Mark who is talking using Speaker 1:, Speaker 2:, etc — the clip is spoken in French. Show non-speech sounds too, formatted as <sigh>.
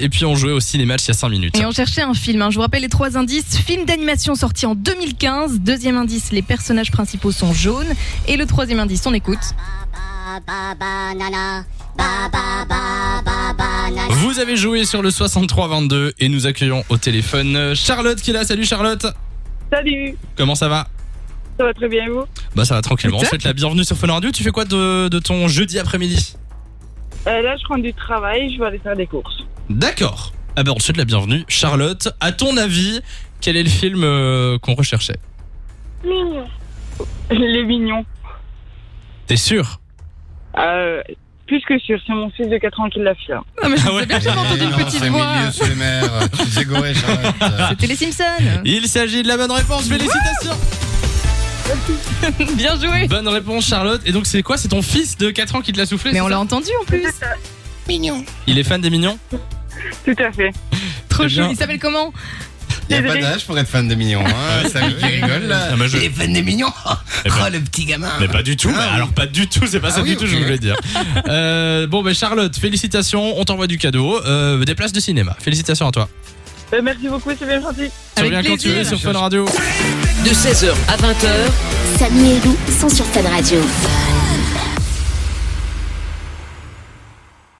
Speaker 1: Et puis on jouait aussi les matchs il y a 5 minutes.
Speaker 2: Et on cherchait un film. hein. Je vous rappelle les trois indices. Film d'animation sorti en 2015. Deuxième indice, les personnages principaux sont jaunes. Et le troisième indice, on écoute.
Speaker 3: ba ba na na ba ba ba ba ba na na
Speaker 1: Vous avez joué sur le 6322 et nous accueillons au téléphone euh, Charlotte qui est là. Salut Charlotte
Speaker 4: Salut,
Speaker 1: Comment ça va
Speaker 4: ça va très bien et vous
Speaker 1: Bah ça va tranquillement. On
Speaker 2: Exact.
Speaker 1: souhaite la bienvenue sur Fun Radio. Tu fais quoi de, de ton jeudi après-midi
Speaker 4: Euh, Là, je rentre du travail, je vais aller faire des courses.
Speaker 1: D'accord. Ah bah on te souhaite la bienvenue. Charlotte, à ton avis, quel est le film euh, qu'on recherchait
Speaker 4: Mignon. Les mignons.
Speaker 1: T'es sûr
Speaker 4: Euh, plus que sûr, c'est mon fils de 4 ans qui l'a fait. hein.
Speaker 2: Ah, mais je
Speaker 1: Ah ouais.
Speaker 2: sais bien que j'avais entendu une petite voix.
Speaker 5: sous les mers. Tu faisais gourer, Charlotte.
Speaker 2: C'était
Speaker 1: <laughs>
Speaker 2: les Simpsons.
Speaker 1: Il s'agit de la bonne réponse. Félicitations
Speaker 2: Bien joué.
Speaker 1: Bonne réponse Charlotte. Et donc c'est quoi C'est ton fils de 4 ans qui te l'a soufflé
Speaker 2: Mais
Speaker 1: c'est
Speaker 2: on
Speaker 1: ça
Speaker 2: l'a entendu en plus.
Speaker 1: Il est fan des mignons
Speaker 4: Tout à fait.
Speaker 2: Trop
Speaker 1: C'est
Speaker 2: chou.
Speaker 1: bien.
Speaker 2: Il s'appelle comment
Speaker 5: Il a pas
Speaker 4: Désolé.
Speaker 5: d'âge pour être fan de Mignon. Hein. Samy qui rigole là.
Speaker 1: Ah, bah, je-
Speaker 6: Il est fan des mignons oh,
Speaker 1: Eh ben.
Speaker 6: oh, le petit gamin
Speaker 1: Mais pas du tout, bah, alors pas du tout, c'est pas
Speaker 5: Ah
Speaker 1: ça
Speaker 5: oui,
Speaker 1: du tout,
Speaker 5: ok.
Speaker 1: je voulais
Speaker 5: <laughs>
Speaker 1: dire. Euh, bon, bah, Charlotte, félicitations, on t'envoie du cadeau, euh, des places de cinéma. Félicitations à toi.
Speaker 4: Euh, merci beaucoup, c'est bien gentil.
Speaker 1: Tu
Speaker 2: Avec
Speaker 1: reviens quand tu veux
Speaker 2: plaisir.
Speaker 1: sur Fun Radio.
Speaker 7: De 16h à 20h,
Speaker 3: Samy et Lou sont sur Fun Radio.